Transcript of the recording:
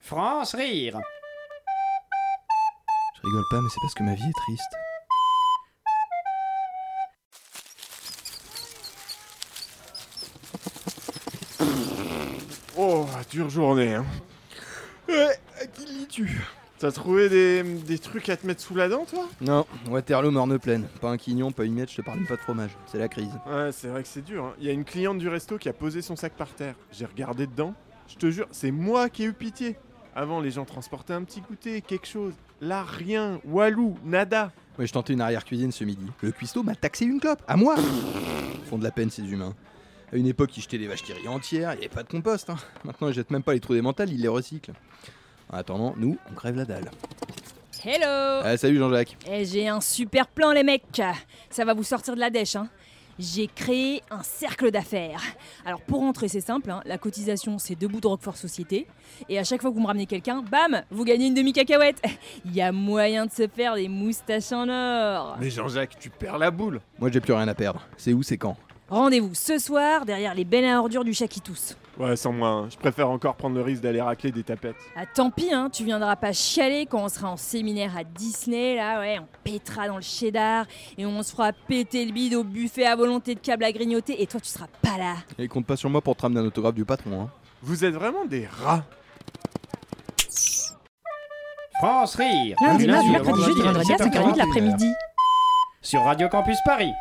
France rire. Je rigole pas, mais c'est parce que ma vie est triste. Oh, dure journée, hein. Ouais, à qui lis tu T'as trouvé des, des trucs à te mettre sous la dent, toi Non, Waterloo morne pleine. Pas un quignon, pas une miette, je te parle même pas de fromage. C'est la crise. Ouais, c'est vrai que c'est dur. hein. Il y a une cliente du resto qui a posé son sac par terre. J'ai regardé dedans. Je te jure, c'est moi qui ai eu pitié. Avant, les gens transportaient un petit goûter, quelque chose. Là, rien. Walou, nada. Ouais, je tentais une arrière-cuisine ce midi. Le cuistot m'a taxé une clope, à moi Ils Font de la peine ces humains. À une époque, ils jetaient des vaches qui rient entières, il n'y avait pas de compost. hein. Maintenant, ils jettent même pas les trous des mentales, ils les recyclent. En attendant, nous, on crève la dalle. Hello Ah, salut Jean-Jacques. Eh, J'ai un super plan les mecs Ça va vous sortir de la dèche hein j'ai créé un cercle d'affaires. Alors pour rentrer, c'est simple, hein, la cotisation c'est deux bouts de Roquefort Société. Et à chaque fois que vous me ramenez quelqu'un, bam, vous gagnez une demi-cacahuète. Il y a moyen de se faire des moustaches en or. Mais Jean-Jacques, tu perds la boule. Moi, j'ai plus rien à perdre. C'est où, c'est quand Rendez-vous ce soir derrière les belles à ordures du chat qui tousse. Ouais, sans moi, hein. je préfère encore prendre le risque d'aller racler des tapettes. Ah tant pis, hein, tu viendras pas chialer quand on sera en séminaire à Disney, là, ouais, on pétera dans le cheddar et on se fera péter le bide au buffet à volonté de câble à grignoter et toi tu seras pas là. Et compte pas sur moi pour te ramener un autographe du patron. Hein. Vous êtes vraiment des rats. France rire. Lundi, Du mardi, au mercredi, jeudi, vendredi à vendredi à 17h30, 5h30 de l'après-midi. Sur Radio Campus Paris.